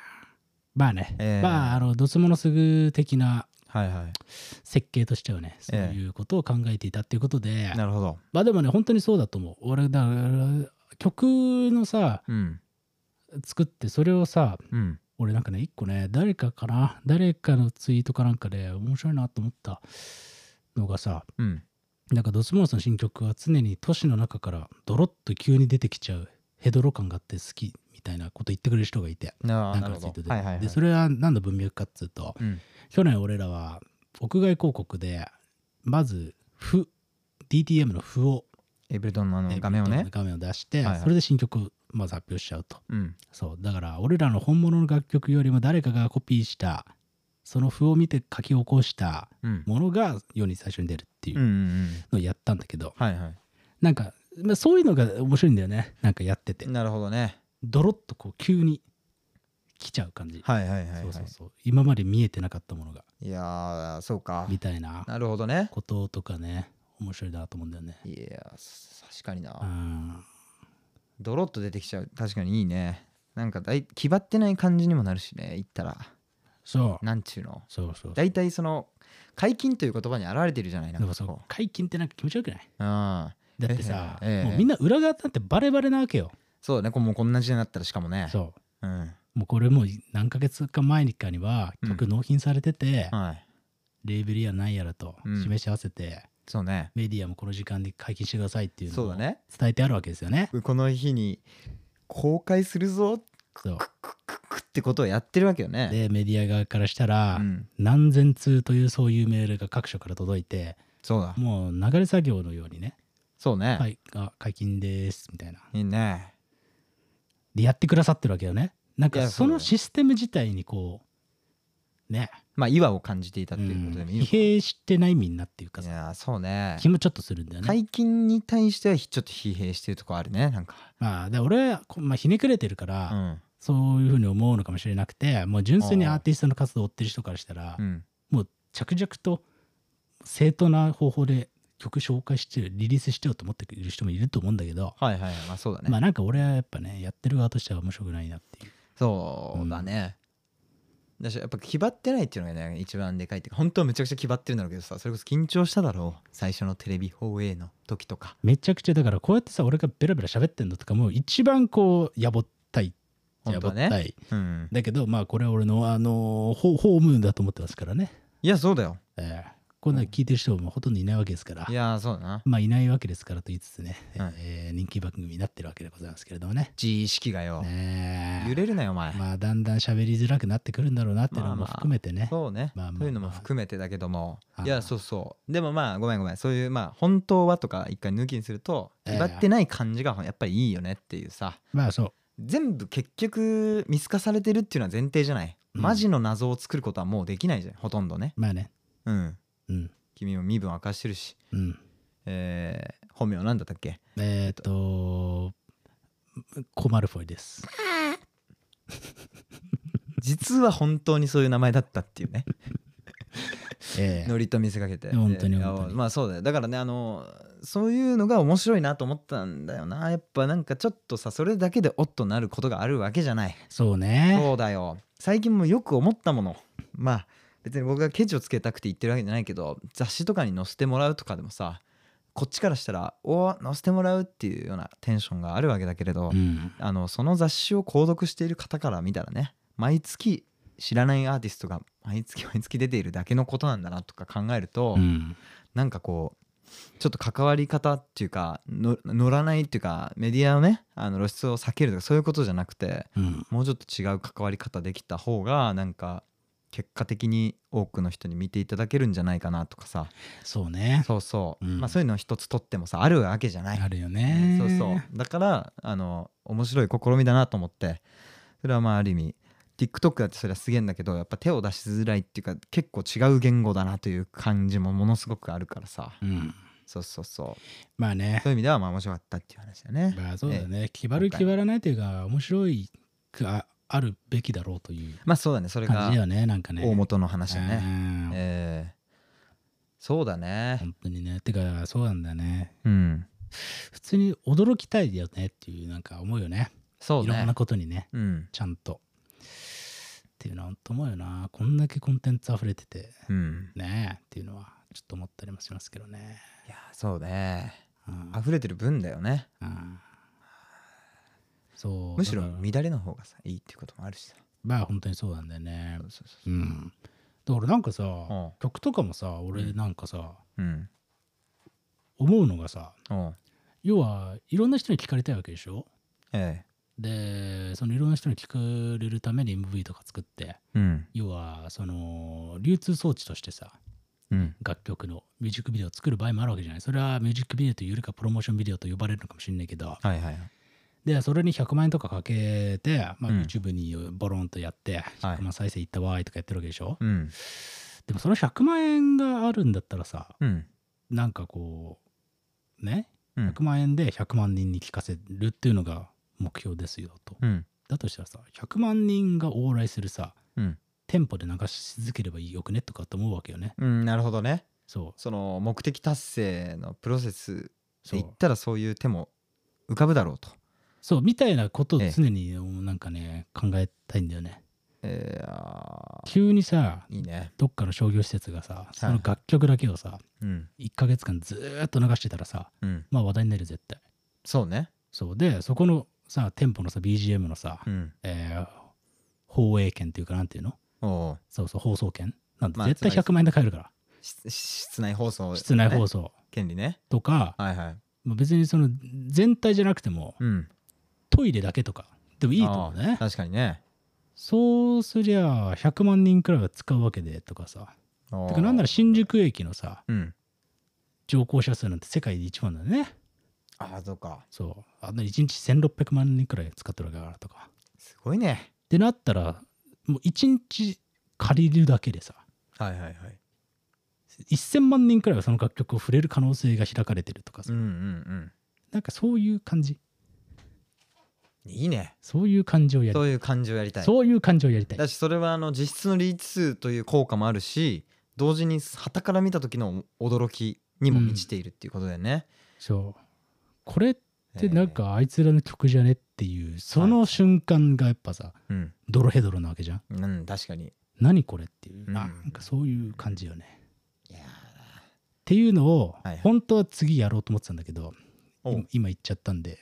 [SPEAKER 2] まあね、
[SPEAKER 3] ええ
[SPEAKER 2] まああのドスモノスグ的な
[SPEAKER 3] はいはい
[SPEAKER 2] 設計としてはねそういうことを考えていたっていうことで、
[SPEAKER 3] なるほど
[SPEAKER 2] まあでもね本当にそうだと思う俺だから曲のさ
[SPEAKER 3] うん
[SPEAKER 2] 作ってそれをさ
[SPEAKER 3] うん
[SPEAKER 2] 俺なんかね一個ね誰かかな誰かのツイートかなんかで面白いなと思ったのがさ
[SPEAKER 3] うん
[SPEAKER 2] なんかドスモノスの新曲は常に都市の中からドロッと急に出てきちゃうヘドロ感があって好きみたいなこと言ってくれる人がいて
[SPEAKER 3] な
[SPEAKER 2] な
[SPEAKER 3] あ
[SPEAKER 2] ん
[SPEAKER 3] な
[SPEAKER 2] か
[SPEAKER 3] る
[SPEAKER 2] のツイ
[SPEAKER 3] ほ
[SPEAKER 2] ート
[SPEAKER 3] ど
[SPEAKER 2] で,、
[SPEAKER 3] はいはいはい
[SPEAKER 2] でそれは何の文脈かっつうと
[SPEAKER 3] うん
[SPEAKER 2] 去年俺らは屋外広告でまずフ DTM の符を
[SPEAKER 3] エイブルトンのあ
[SPEAKER 2] え
[SPEAKER 3] の
[SPEAKER 2] ー
[SPEAKER 3] 画面をね。
[SPEAKER 2] 画面を出して、
[SPEAKER 3] はいはい
[SPEAKER 2] それで新曲をまず発表しちゃうと
[SPEAKER 3] うん。
[SPEAKER 2] そうだから俺らの本物の楽曲よりも誰かがコピーしたその譜を見て書き起こした
[SPEAKER 3] うん。
[SPEAKER 2] ものが世に最初に出るってい
[SPEAKER 3] うんうんう。
[SPEAKER 2] うんのをやったんだけど、
[SPEAKER 3] はいは
[SPEAKER 2] なんか、まあ、そういうのが面白いんだよねなんかやってて
[SPEAKER 3] い。なるほどね。
[SPEAKER 2] ドロッとこう急に来ちゃう感じ、
[SPEAKER 3] はいはいはいはい。
[SPEAKER 2] そうそうそう今まで見えてなかったものが
[SPEAKER 3] いやー、そうか。
[SPEAKER 2] みたいな
[SPEAKER 3] なるほどね。
[SPEAKER 2] こととかね面白いなと思うんだよね
[SPEAKER 3] いやー、確かに
[SPEAKER 2] う
[SPEAKER 3] な。
[SPEAKER 2] ん
[SPEAKER 3] ドロッと出てきちゃう。確かにいいね。なんかだい、気張ってない感じにもなるしね、言ったら。
[SPEAKER 2] そう
[SPEAKER 3] なんちゅうの。
[SPEAKER 2] そうそう
[SPEAKER 3] 大体その、解禁という言葉に表れてるじゃない、なん
[SPEAKER 2] でも
[SPEAKER 3] か
[SPEAKER 2] さ
[SPEAKER 3] そこ。
[SPEAKER 2] 解禁ってなんか気持ちよくない
[SPEAKER 3] うん。
[SPEAKER 2] だってさ、
[SPEAKER 3] ええ
[SPEAKER 2] もうみんな裏側なんてバレバレなわけよ、
[SPEAKER 3] そうだね、こうもうこんな時代になったらしかもね。。
[SPEAKER 2] そう
[SPEAKER 3] うん。
[SPEAKER 2] うもうこれもう何ヶ月か前にかには
[SPEAKER 3] うん
[SPEAKER 2] 曲納品されてて、
[SPEAKER 3] はい。
[SPEAKER 2] レーベルやなんやらと
[SPEAKER 3] うん
[SPEAKER 2] 示し合わせて、
[SPEAKER 3] そうね。
[SPEAKER 2] メディアもこの時間で解禁してくださいっていうの
[SPEAKER 3] そう
[SPEAKER 2] を
[SPEAKER 3] だね
[SPEAKER 2] 伝えてあるわけですよね。
[SPEAKER 3] この日に公開するぞ、
[SPEAKER 2] そう
[SPEAKER 3] クックックックってことをやってるわけよね。
[SPEAKER 2] でメディア側からしたら、
[SPEAKER 3] うん。
[SPEAKER 2] 何千通というそういうメールが各所から届いて
[SPEAKER 3] そうだ。
[SPEAKER 2] もう流れ作業のようにね
[SPEAKER 3] そう
[SPEAKER 2] 「
[SPEAKER 3] ね。
[SPEAKER 2] はい、あ解禁です」みたいない
[SPEAKER 3] いね。
[SPEAKER 2] でやってくださってるわけよねなん
[SPEAKER 3] い
[SPEAKER 2] か
[SPEAKER 3] や
[SPEAKER 2] そ
[SPEAKER 3] そうだ
[SPEAKER 2] の
[SPEAKER 3] ね
[SPEAKER 2] システム自体にこうね
[SPEAKER 3] まあ、岩を感じていたっていうことでもい
[SPEAKER 2] 疲
[SPEAKER 3] いのかな
[SPEAKER 2] 弊してないみんなっていうか
[SPEAKER 3] いやーそうね。
[SPEAKER 2] 気もちょっとするんだよね、
[SPEAKER 3] 解禁に対してはひちょっと疲弊してるとこあるね、なんか。
[SPEAKER 2] まあで俺はこうまあ、ひねくれてるか
[SPEAKER 3] う
[SPEAKER 2] ら、
[SPEAKER 3] ん。
[SPEAKER 2] そういうふうに思うのかもしれなくてもう純粋にアーティストの活動を追ってる人からしたら、
[SPEAKER 3] うん。
[SPEAKER 2] もう着々と正当な方法で曲紹介してリリースしてようと思っている人もいると思うんだけど、
[SPEAKER 3] はいはいはい。まあ、そうだね。
[SPEAKER 2] まあなんか俺はやっぱねやってる側としては面白くないなっていう
[SPEAKER 3] そうだね。だしやっぱ気張ってないっていうのがね一番でかいっていうか本当はめちゃくちゃ気張ってるんだろうけどさそれこそ緊張しただろう最初のテレビ放映の時とか
[SPEAKER 2] めちゃくちゃだからこうやってさ俺がベラベラ喋ってんのとかもう一番こうやぼったい
[SPEAKER 3] 本
[SPEAKER 2] や
[SPEAKER 3] 当
[SPEAKER 2] ぼ
[SPEAKER 3] は
[SPEAKER 2] った
[SPEAKER 3] ね
[SPEAKER 2] い、
[SPEAKER 3] うん
[SPEAKER 2] だけどまあこれは俺のあのホホームだと思ってますからね、
[SPEAKER 3] いやそうだよ
[SPEAKER 2] えーこんなの聞いてる人もほとんどいないわけですから
[SPEAKER 3] いやそうだな
[SPEAKER 2] まあいないわけですからと言いつつね、
[SPEAKER 3] はい
[SPEAKER 2] えー人気番組になってるわけでございますけれどもね。
[SPEAKER 3] 自意識がよ
[SPEAKER 2] ねえ
[SPEAKER 3] 揺れるなよお前
[SPEAKER 2] まあだんだん喋りづらくなってくるんだろうなっていうの
[SPEAKER 3] まあ
[SPEAKER 2] も
[SPEAKER 3] まあ
[SPEAKER 2] 含めてね。
[SPEAKER 3] そうね
[SPEAKER 2] まあまあまあ
[SPEAKER 3] というのも含めてだけども
[SPEAKER 2] ああ
[SPEAKER 3] いやそうそうでもまあごめんごめんそういうまあ本当はとか一回抜きにすると
[SPEAKER 2] ええ
[SPEAKER 3] 気張ってない感じがやっぱりいいよねっていうさ
[SPEAKER 2] まあそう。
[SPEAKER 3] 全部結局見透かされてるっていうのは前提じゃない
[SPEAKER 2] うん
[SPEAKER 3] マジの謎を作ることはもうできないじゃんほとんどね
[SPEAKER 2] まあね。
[SPEAKER 3] うん
[SPEAKER 2] うん。
[SPEAKER 3] 君も身分明かしてるし
[SPEAKER 2] うん。
[SPEAKER 3] えー本名なんだったっけ
[SPEAKER 2] えーっと、コマルフォイです。
[SPEAKER 3] 実は本当にそういう名前だったっていうね
[SPEAKER 2] ええ
[SPEAKER 3] ノリと見せかけて
[SPEAKER 2] 本当に
[SPEAKER 3] いや
[SPEAKER 2] 本当に
[SPEAKER 3] まあそうだよだからねあのそういうのが面白いなと思ったんだよなやっぱなんかちょっとさそれだけでおっとなることがあるわけじゃない
[SPEAKER 2] そうね。
[SPEAKER 3] そうだよ最近もよく思ったものまあ別に僕がケチをつけたくて言ってるわけじゃないけど雑誌とかに載せてもらうとかでもさこっちからしたら「おー載せてもらう」っていうようなテンションがあるわけだけれど、
[SPEAKER 2] うん。
[SPEAKER 3] あのその雑誌を購読している方から見たらね毎月知らないアーティストが毎月毎月出ているだけのことなんだなとか考えると、
[SPEAKER 2] うん。
[SPEAKER 3] なんかこうちょっと関わり方っていうかの乗らないっていうかメディアのねあの露出を避けるとかそういうことじゃなくて
[SPEAKER 2] うん。
[SPEAKER 3] もうちょっと違う関わり方できた方がなんか結果的に多くの人に見ていただけるんじゃないかなとかさ
[SPEAKER 2] そうね。
[SPEAKER 3] そう そう、
[SPEAKER 2] うん
[SPEAKER 3] まあ、そういうの一つとってもさあるわけじゃない
[SPEAKER 2] あるよ
[SPEAKER 3] うん
[SPEAKER 2] ね。
[SPEAKER 3] そうそう。だからあの面白い試みだなと思ってそれはまあある意味 TikTok だってそれはすげえんだけどやっぱ手を出しづらいっていうか結構違う言語だなという感じもものすごくあるからさ
[SPEAKER 2] うん。
[SPEAKER 3] そうそうそう
[SPEAKER 2] まあね
[SPEAKER 3] そ。ういう意味ではまあ面白かったっていう話だね、
[SPEAKER 2] まあそうだね。気張る気張らないというか、面白いくああるべきだろうという
[SPEAKER 3] まあそうだねそれ
[SPEAKER 2] 感
[SPEAKER 3] が
[SPEAKER 2] じだよね。なんかね。
[SPEAKER 3] 大元の話だね
[SPEAKER 2] うん
[SPEAKER 3] えーそうだね
[SPEAKER 2] 本当にね。てか、そうなんだよね。
[SPEAKER 3] うん
[SPEAKER 2] 普通に驚きたいよねっていう、なんか思うよね。
[SPEAKER 3] そう
[SPEAKER 2] いろん
[SPEAKER 3] ね
[SPEAKER 2] なことにね、
[SPEAKER 3] うん
[SPEAKER 2] ちゃんと。っていうのは本当思うよな。こんだけコンテンツ溢れてて、
[SPEAKER 3] うん
[SPEAKER 2] ねえっていうのは、ちょっと思ったりもしますけどね。
[SPEAKER 3] いやそうね
[SPEAKER 2] うん
[SPEAKER 3] 溢れてる分だよね
[SPEAKER 2] うんそう。
[SPEAKER 3] むしろ
[SPEAKER 2] だから
[SPEAKER 3] 乱れの方がさいいっていうこともあるしさ
[SPEAKER 2] まあ本当にそうなんだよね。
[SPEAKER 3] そう。そうそううん
[SPEAKER 2] だからなんかさ、
[SPEAKER 3] ん
[SPEAKER 2] 曲とかもさ、俺
[SPEAKER 3] うん
[SPEAKER 2] なんかさ、
[SPEAKER 3] うん
[SPEAKER 2] 思うのがさ、
[SPEAKER 3] うん
[SPEAKER 2] 要はいろんな人に聞かれたいわけでしょ
[SPEAKER 3] え
[SPEAKER 2] で、そのいろんな人に聞かれるために MV とか作って、
[SPEAKER 3] えうん
[SPEAKER 2] 要はその流通装置としてさ
[SPEAKER 3] うん
[SPEAKER 2] 楽曲のミュージックビデオを作る場合もあるわけじゃないそれはミュージックビデオというよりかプロモーションビデオと呼ばれるのかもしれないけど
[SPEAKER 3] はいはいはい
[SPEAKER 2] でそれに100万円とかかけて、まあ、
[SPEAKER 3] うん
[SPEAKER 2] YouTube にボロンとやって
[SPEAKER 3] はい
[SPEAKER 2] 100万再生いったわーいとかやってるわけでしょ、
[SPEAKER 3] うん
[SPEAKER 2] でもその100万円があるんだったらさ
[SPEAKER 3] うん
[SPEAKER 2] なんかこうね
[SPEAKER 3] うん
[SPEAKER 2] 100万円で100万人に聞かせるっていうのが目標ですよと
[SPEAKER 3] うん
[SPEAKER 2] だとしたらさ100万人が往来するさ、
[SPEAKER 3] うん
[SPEAKER 2] 店舗で流し続ければいいよくねとかと思うわけよね
[SPEAKER 3] うんなるほどね
[SPEAKER 2] そ
[SPEAKER 3] その目的達成のプロセス
[SPEAKER 2] うそ
[SPEAKER 3] で
[SPEAKER 2] う
[SPEAKER 3] いったらそういう手も浮かぶだろうと、
[SPEAKER 2] そうみたいなことを
[SPEAKER 3] ええ
[SPEAKER 2] 常になんかね考えたいんだよね
[SPEAKER 3] えー、あ
[SPEAKER 2] 急にさ
[SPEAKER 3] ーいいね
[SPEAKER 2] どっかの商業施設がさその楽曲だけをさ、
[SPEAKER 3] うん
[SPEAKER 2] 1ヶ月間ずーっと流してたらさ
[SPEAKER 3] うん
[SPEAKER 2] まあ話題になるよ絶対
[SPEAKER 3] そうね
[SPEAKER 2] そうでそこのさ店舗のさ BGM のさ、
[SPEAKER 3] うん
[SPEAKER 2] えー放映権っていうかなんていうの
[SPEAKER 3] おう
[SPEAKER 2] そうそう放送権なんて
[SPEAKER 3] まあ
[SPEAKER 2] 絶対
[SPEAKER 3] つまり
[SPEAKER 2] 100万円で買えるから、
[SPEAKER 3] し室内放送、ね、
[SPEAKER 2] 室内放送
[SPEAKER 3] 権利ね
[SPEAKER 2] とか、
[SPEAKER 3] はいはい
[SPEAKER 2] まあ別にその全体じゃなくても
[SPEAKER 3] うん
[SPEAKER 2] トイレだけとかでもいいと思う
[SPEAKER 3] あー
[SPEAKER 2] ね
[SPEAKER 3] 確かにね
[SPEAKER 2] そうすりゃ100万人くらいは使うわけでとかさ
[SPEAKER 3] おう
[SPEAKER 2] てかなんなら新宿駅のさ
[SPEAKER 3] うん
[SPEAKER 2] 乗降者数なんて世界で一番だね
[SPEAKER 3] ああそうか
[SPEAKER 2] そうあんな1日1600万人くらい使ってるわけだからとか
[SPEAKER 3] すごいね
[SPEAKER 2] ってなったらもう1日借りるだけでさ
[SPEAKER 3] はいはいはい
[SPEAKER 2] 1000万人くらいはその楽曲を触れる可能性が開かれてるとかさ、
[SPEAKER 3] うんうんうん
[SPEAKER 2] なんかそういう感じ
[SPEAKER 3] いいね
[SPEAKER 2] そういう感じをやり
[SPEAKER 3] そ
[SPEAKER 2] た
[SPEAKER 3] ういう感じをやりた
[SPEAKER 2] い
[SPEAKER 3] い
[SPEAKER 2] そういう感じをやりたい
[SPEAKER 3] だしそれはあの実質のリーチ数という効果もあるし同時に旗から見た時の驚きにも満ちているっていうことだよね。
[SPEAKER 2] そうこれっ
[SPEAKER 3] えー
[SPEAKER 2] てなん、かあいつらの曲じゃねっていうその瞬間がやっぱさ
[SPEAKER 3] うん、
[SPEAKER 2] ドロヘドロなわけじゃん
[SPEAKER 3] うん、確かに。
[SPEAKER 2] 何これっていう
[SPEAKER 3] うん
[SPEAKER 2] なんかそういう感じよね
[SPEAKER 3] いや
[SPEAKER 2] っていうのを
[SPEAKER 3] はいはい
[SPEAKER 2] 本当は次やろうと思ってたんだけど
[SPEAKER 3] ーお
[SPEAKER 2] 今今言っちゃったんで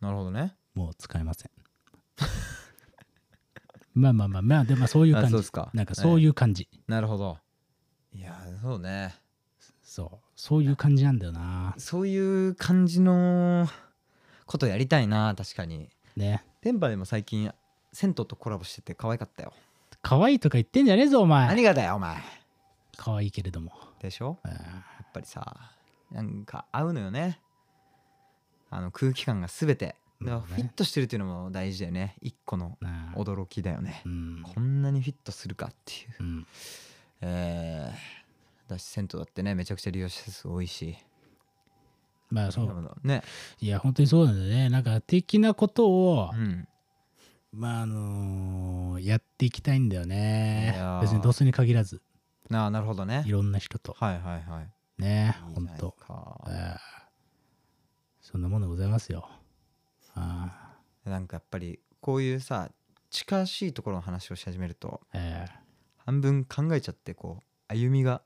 [SPEAKER 3] なるほどね。
[SPEAKER 2] もう使えません まあまあまあまあでもまあそういう
[SPEAKER 3] あ
[SPEAKER 2] 感
[SPEAKER 3] そうで
[SPEAKER 2] じ
[SPEAKER 3] すか。。
[SPEAKER 2] なんかそういうう感じ
[SPEAKER 3] なるほど。いやーそうね。
[SPEAKER 2] そうそういう感じなんだよな
[SPEAKER 3] そういう感じのことやりたいな確かに。
[SPEAKER 2] ね
[SPEAKER 3] 天パでも最近銭湯とコラボしてて可愛かったよ。
[SPEAKER 2] 可愛いとか言ってんじゃねえぞお前
[SPEAKER 3] 何がだよお前。
[SPEAKER 2] 可愛いけれども
[SPEAKER 3] でしょ
[SPEAKER 2] うん
[SPEAKER 3] やっぱりさなんか合うのよねあの空気感が全てだから
[SPEAKER 2] まあ
[SPEAKER 3] フ
[SPEAKER 2] ね
[SPEAKER 3] ィットしてるっていうのも大事だよね一個の
[SPEAKER 2] なあ
[SPEAKER 3] 驚きだよね
[SPEAKER 2] うん
[SPEAKER 3] こんなにフィットするかっていう
[SPEAKER 2] うん
[SPEAKER 3] えー、だし銭湯だってねめちゃくちゃ利用者数多いし
[SPEAKER 2] まあそう
[SPEAKER 3] ね
[SPEAKER 2] いや本当にそうなんだよねなんか的なことを、
[SPEAKER 3] うん
[SPEAKER 2] まああのーやっていきたいんだよ
[SPEAKER 3] い
[SPEAKER 2] ね
[SPEAKER 3] やー
[SPEAKER 2] 別にドスに限らず
[SPEAKER 3] ああなるほどね
[SPEAKER 2] いろんな人と
[SPEAKER 3] はいはいはい
[SPEAKER 2] ね
[SPEAKER 3] いいじゃ
[SPEAKER 2] 本
[SPEAKER 3] ない
[SPEAKER 2] 当
[SPEAKER 3] か
[SPEAKER 2] ええそんなものでございますよああ
[SPEAKER 3] なんかやっぱりこういうさ近しいところの話をし始めると
[SPEAKER 2] ええ
[SPEAKER 3] 半分考えちゃってこう歩みが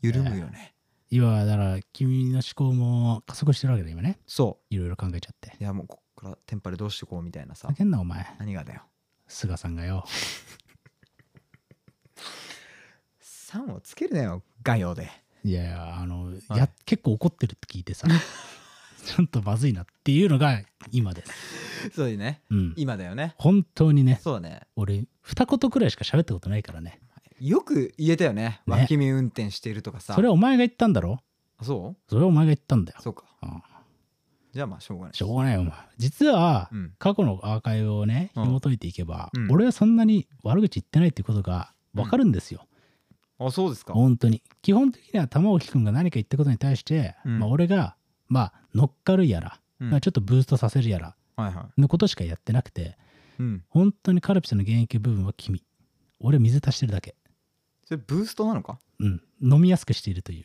[SPEAKER 3] 緩むよね、
[SPEAKER 2] 今はだから君の思考も加速してるわけだ今ね
[SPEAKER 3] そう
[SPEAKER 2] いろいろ考えちゃって
[SPEAKER 3] いやもうこっからテンパでどうしてこうみたいなさ
[SPEAKER 2] ふざけんなお前
[SPEAKER 3] 何がだよ
[SPEAKER 2] 菅さんがよ
[SPEAKER 3] 3をつけるなよ画用で
[SPEAKER 2] いやいやあの、
[SPEAKER 3] はい
[SPEAKER 2] や結構怒ってるって聞いてさ ちょっとまずいなっていうのが今です
[SPEAKER 3] そういうね
[SPEAKER 2] うん
[SPEAKER 3] 今だよね
[SPEAKER 2] 本当にね
[SPEAKER 3] そうね
[SPEAKER 2] 俺二言くらいしか喋ったことないからね
[SPEAKER 3] よく言えたよね
[SPEAKER 2] ね
[SPEAKER 3] 脇見運転しているとかさ
[SPEAKER 2] それはお前が言ったんだろ
[SPEAKER 3] あそ
[SPEAKER 2] それはお前が言ったんだよ
[SPEAKER 3] うそうか
[SPEAKER 2] うん
[SPEAKER 3] じゃあまあしょうがない
[SPEAKER 2] しょうがないよお前実は、
[SPEAKER 3] うん
[SPEAKER 2] 過去のアーカイブをね
[SPEAKER 3] うん
[SPEAKER 2] 紐解いていけば、
[SPEAKER 3] うん
[SPEAKER 2] 俺はそんなに悪口言ってないっていうことが分かるんですよ、
[SPEAKER 3] あそうですか
[SPEAKER 2] 本当に基本的には玉置くんが何か言ったことに対して、
[SPEAKER 3] うん
[SPEAKER 2] まあ、俺がまあ乗っかるやら、
[SPEAKER 3] うん
[SPEAKER 2] まあ、ちょっとブーストさせるやら
[SPEAKER 3] はいはい
[SPEAKER 2] のことしかやってなくて
[SPEAKER 3] うん
[SPEAKER 2] 本当にカルピスの原液部分は君俺は水足してるだけ
[SPEAKER 3] それブーストなのか
[SPEAKER 2] うん飲みやすくしているという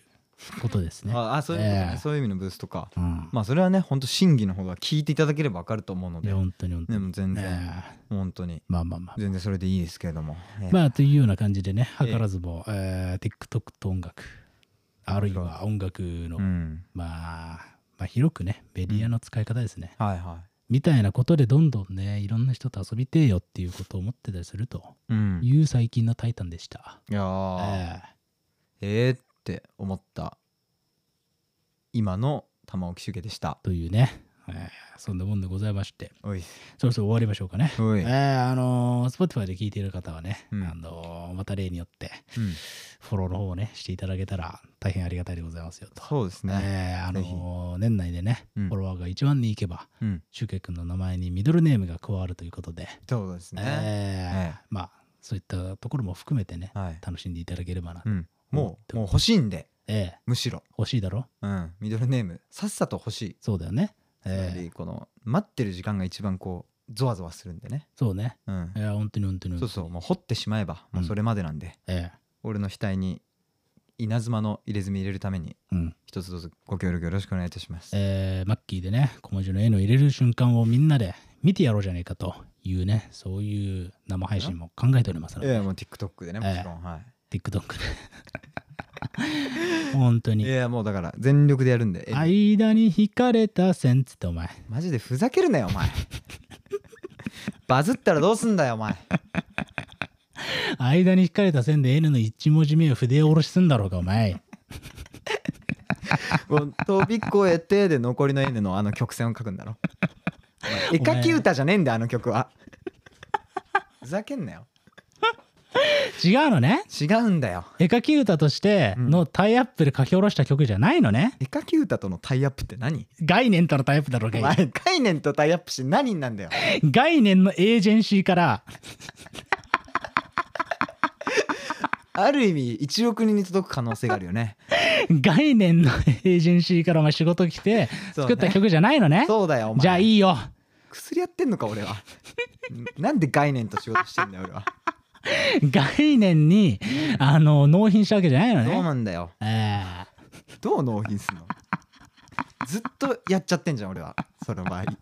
[SPEAKER 2] ことですね
[SPEAKER 3] ああそういうことね
[SPEAKER 2] ええ
[SPEAKER 3] そういう意味のブーストか
[SPEAKER 2] うん
[SPEAKER 3] まあそれはねほんと真偽の方が聞いていただければ分かると思うの
[SPEAKER 2] い
[SPEAKER 3] で
[SPEAKER 2] や本当に本当
[SPEAKER 3] で
[SPEAKER 2] に、
[SPEAKER 3] も全然
[SPEAKER 2] ねえ
[SPEAKER 3] 本当に
[SPEAKER 2] まあまあまあ
[SPEAKER 3] 全然それでいいですけれどもええ
[SPEAKER 2] まあというような感じでね
[SPEAKER 3] え
[SPEAKER 2] 図らずも、えー TikTok と音楽あるいは音楽の、
[SPEAKER 3] うん
[SPEAKER 2] まあまあ広くねメディアの使い方ですね、
[SPEAKER 3] はいは
[SPEAKER 2] みたいなことでどんどんねいろんな人と遊びてえよっていうことを思ってたりすると
[SPEAKER 3] いうんい
[SPEAKER 2] いう最近の「タイタン」でした。
[SPEAKER 3] やー
[SPEAKER 2] え
[SPEAKER 3] えー、って思った今の玉置周家でした
[SPEAKER 2] ーというね、えーそんなもんでございまして、
[SPEAKER 3] おい
[SPEAKER 2] そろそろ終わりましょうかね。
[SPEAKER 3] おい、
[SPEAKER 2] えー、あのー、Spotify で聞いている方はね、
[SPEAKER 3] うん
[SPEAKER 2] あのーまた例によって、
[SPEAKER 3] うん
[SPEAKER 2] フォローの方をね、していただけたら、大変ありがたいでございますよと。
[SPEAKER 3] そうですね、
[SPEAKER 2] えーあのー年内でね、
[SPEAKER 3] うん
[SPEAKER 2] フォロワーが1万人いけば、
[SPEAKER 3] うん
[SPEAKER 2] シュウケイ君の名前にミドルネームが加わるということで、
[SPEAKER 3] そうですね、
[SPEAKER 2] えー
[SPEAKER 3] ええ
[SPEAKER 2] まあ、そういったところも含めてね、
[SPEAKER 3] はい、
[SPEAKER 2] 楽しんでいただければな。
[SPEAKER 3] うん、もうもう欲しいんで
[SPEAKER 2] ええ
[SPEAKER 3] むしろ、
[SPEAKER 2] 欲しいだろ
[SPEAKER 3] うん、ミドルネームさっさと欲しい、
[SPEAKER 2] そうだよね。
[SPEAKER 3] や
[SPEAKER 2] え
[SPEAKER 3] は
[SPEAKER 2] え
[SPEAKER 3] りこの待ってる時間が一番こうゾワゾワするんでね、
[SPEAKER 2] そうね。
[SPEAKER 3] うん
[SPEAKER 2] いや、本当に本当に。
[SPEAKER 3] そうそうもう掘ってしまえばもうそれまでなんで、
[SPEAKER 2] え
[SPEAKER 3] 俺の額に稲妻の入れ墨入れるために
[SPEAKER 2] えうん。
[SPEAKER 3] 一つどうぞご協力よろしくお願いいたします、
[SPEAKER 2] えーマッキーでね、小文字の N を入れる瞬間をみんなで見てやろうじゃねえかというね、そういう生配信も考えておりますの
[SPEAKER 3] い
[SPEAKER 2] で、
[SPEAKER 3] やもう TikTok でねもちろん、は
[SPEAKER 2] TikTok で。 本当
[SPEAKER 3] いい
[SPEAKER 2] に。
[SPEAKER 3] やもうだから全力でやるんで、え
[SPEAKER 2] 間に惹かれた線つってお前。
[SPEAKER 3] マジでふざけるなよお前 バズったらどうすんだよお 前
[SPEAKER 2] 間に引かれた線で N の一文字目を筆を下ろしすんだろうかお前
[SPEAKER 3] もう飛び越えてで残りの N のあの曲線を書くんだ ろお前絵描き歌じゃねえんだよあの曲 はふざけんなよ
[SPEAKER 2] 違うのね
[SPEAKER 3] 違うんだよ
[SPEAKER 2] 絵描き歌としてのタイアップで書き下ろした曲じゃないのね、
[SPEAKER 3] 絵描き歌とのタイアップって何
[SPEAKER 2] 概念とのタイアップだろう
[SPEAKER 3] お
[SPEAKER 2] が
[SPEAKER 3] 前概念とタイアップして何になんだよ
[SPEAKER 2] 概念のエージェンシーから
[SPEAKER 3] ある意味1億人に届く可能性があるよ ね
[SPEAKER 2] 概念のエージェンシーからお前仕事来て
[SPEAKER 3] そ
[SPEAKER 2] 作
[SPEAKER 3] うね
[SPEAKER 2] った曲じゃないのね
[SPEAKER 3] そうだよお前
[SPEAKER 2] じゃあ
[SPEAKER 3] い
[SPEAKER 2] いいよ
[SPEAKER 3] 薬やってんのか俺はんなんで概念と仕事してんだよ俺は
[SPEAKER 2] 概念にあの納品したわけじゃないの
[SPEAKER 3] どう
[SPEAKER 2] ね
[SPEAKER 3] なんだよ
[SPEAKER 2] え
[SPEAKER 3] どう納品すんのずっとやっちゃってんじゃん俺はその場合
[SPEAKER 2] ー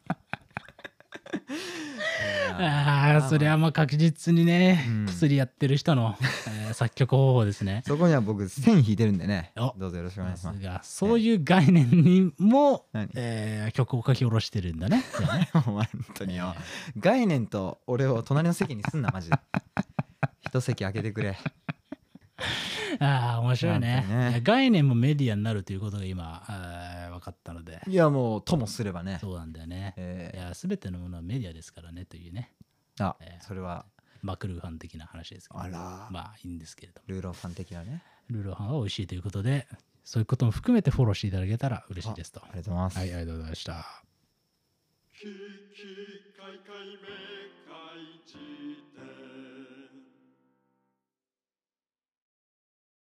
[SPEAKER 2] あーそれはもう確実にね、
[SPEAKER 3] うん
[SPEAKER 2] 薬やってる人の、えー作曲方法ですね
[SPEAKER 3] そこには僕線引いてるんでね
[SPEAKER 2] お
[SPEAKER 3] どうぞよろしく お願い します
[SPEAKER 2] がそういう概念にも、
[SPEAKER 3] 何
[SPEAKER 2] えー曲を書き下ろしてるんだね。じゃあね
[SPEAKER 3] お前本当によ概念と俺を隣の席にすんなマジで一席空けてくれ
[SPEAKER 2] ああ面白いね
[SPEAKER 3] なんかね
[SPEAKER 2] いや概念もメディアになるということが今あー分かったので
[SPEAKER 3] いやもうともすればね
[SPEAKER 2] そうなんだよね。
[SPEAKER 3] え
[SPEAKER 2] いや全てのものはメディアですからねというね
[SPEAKER 3] ーあ
[SPEAKER 2] えー
[SPEAKER 3] それは
[SPEAKER 2] マクルーハン的な話ですけど
[SPEAKER 3] あら
[SPEAKER 2] まあいいんですけれども
[SPEAKER 3] ルーローファン的なね
[SPEAKER 2] ルーローハンは美味しいということでそういうことも含めてフォローしていただけたら嬉しいですと。
[SPEAKER 3] ありがとうございます
[SPEAKER 2] はいありがとうございました。
[SPEAKER 1] キキ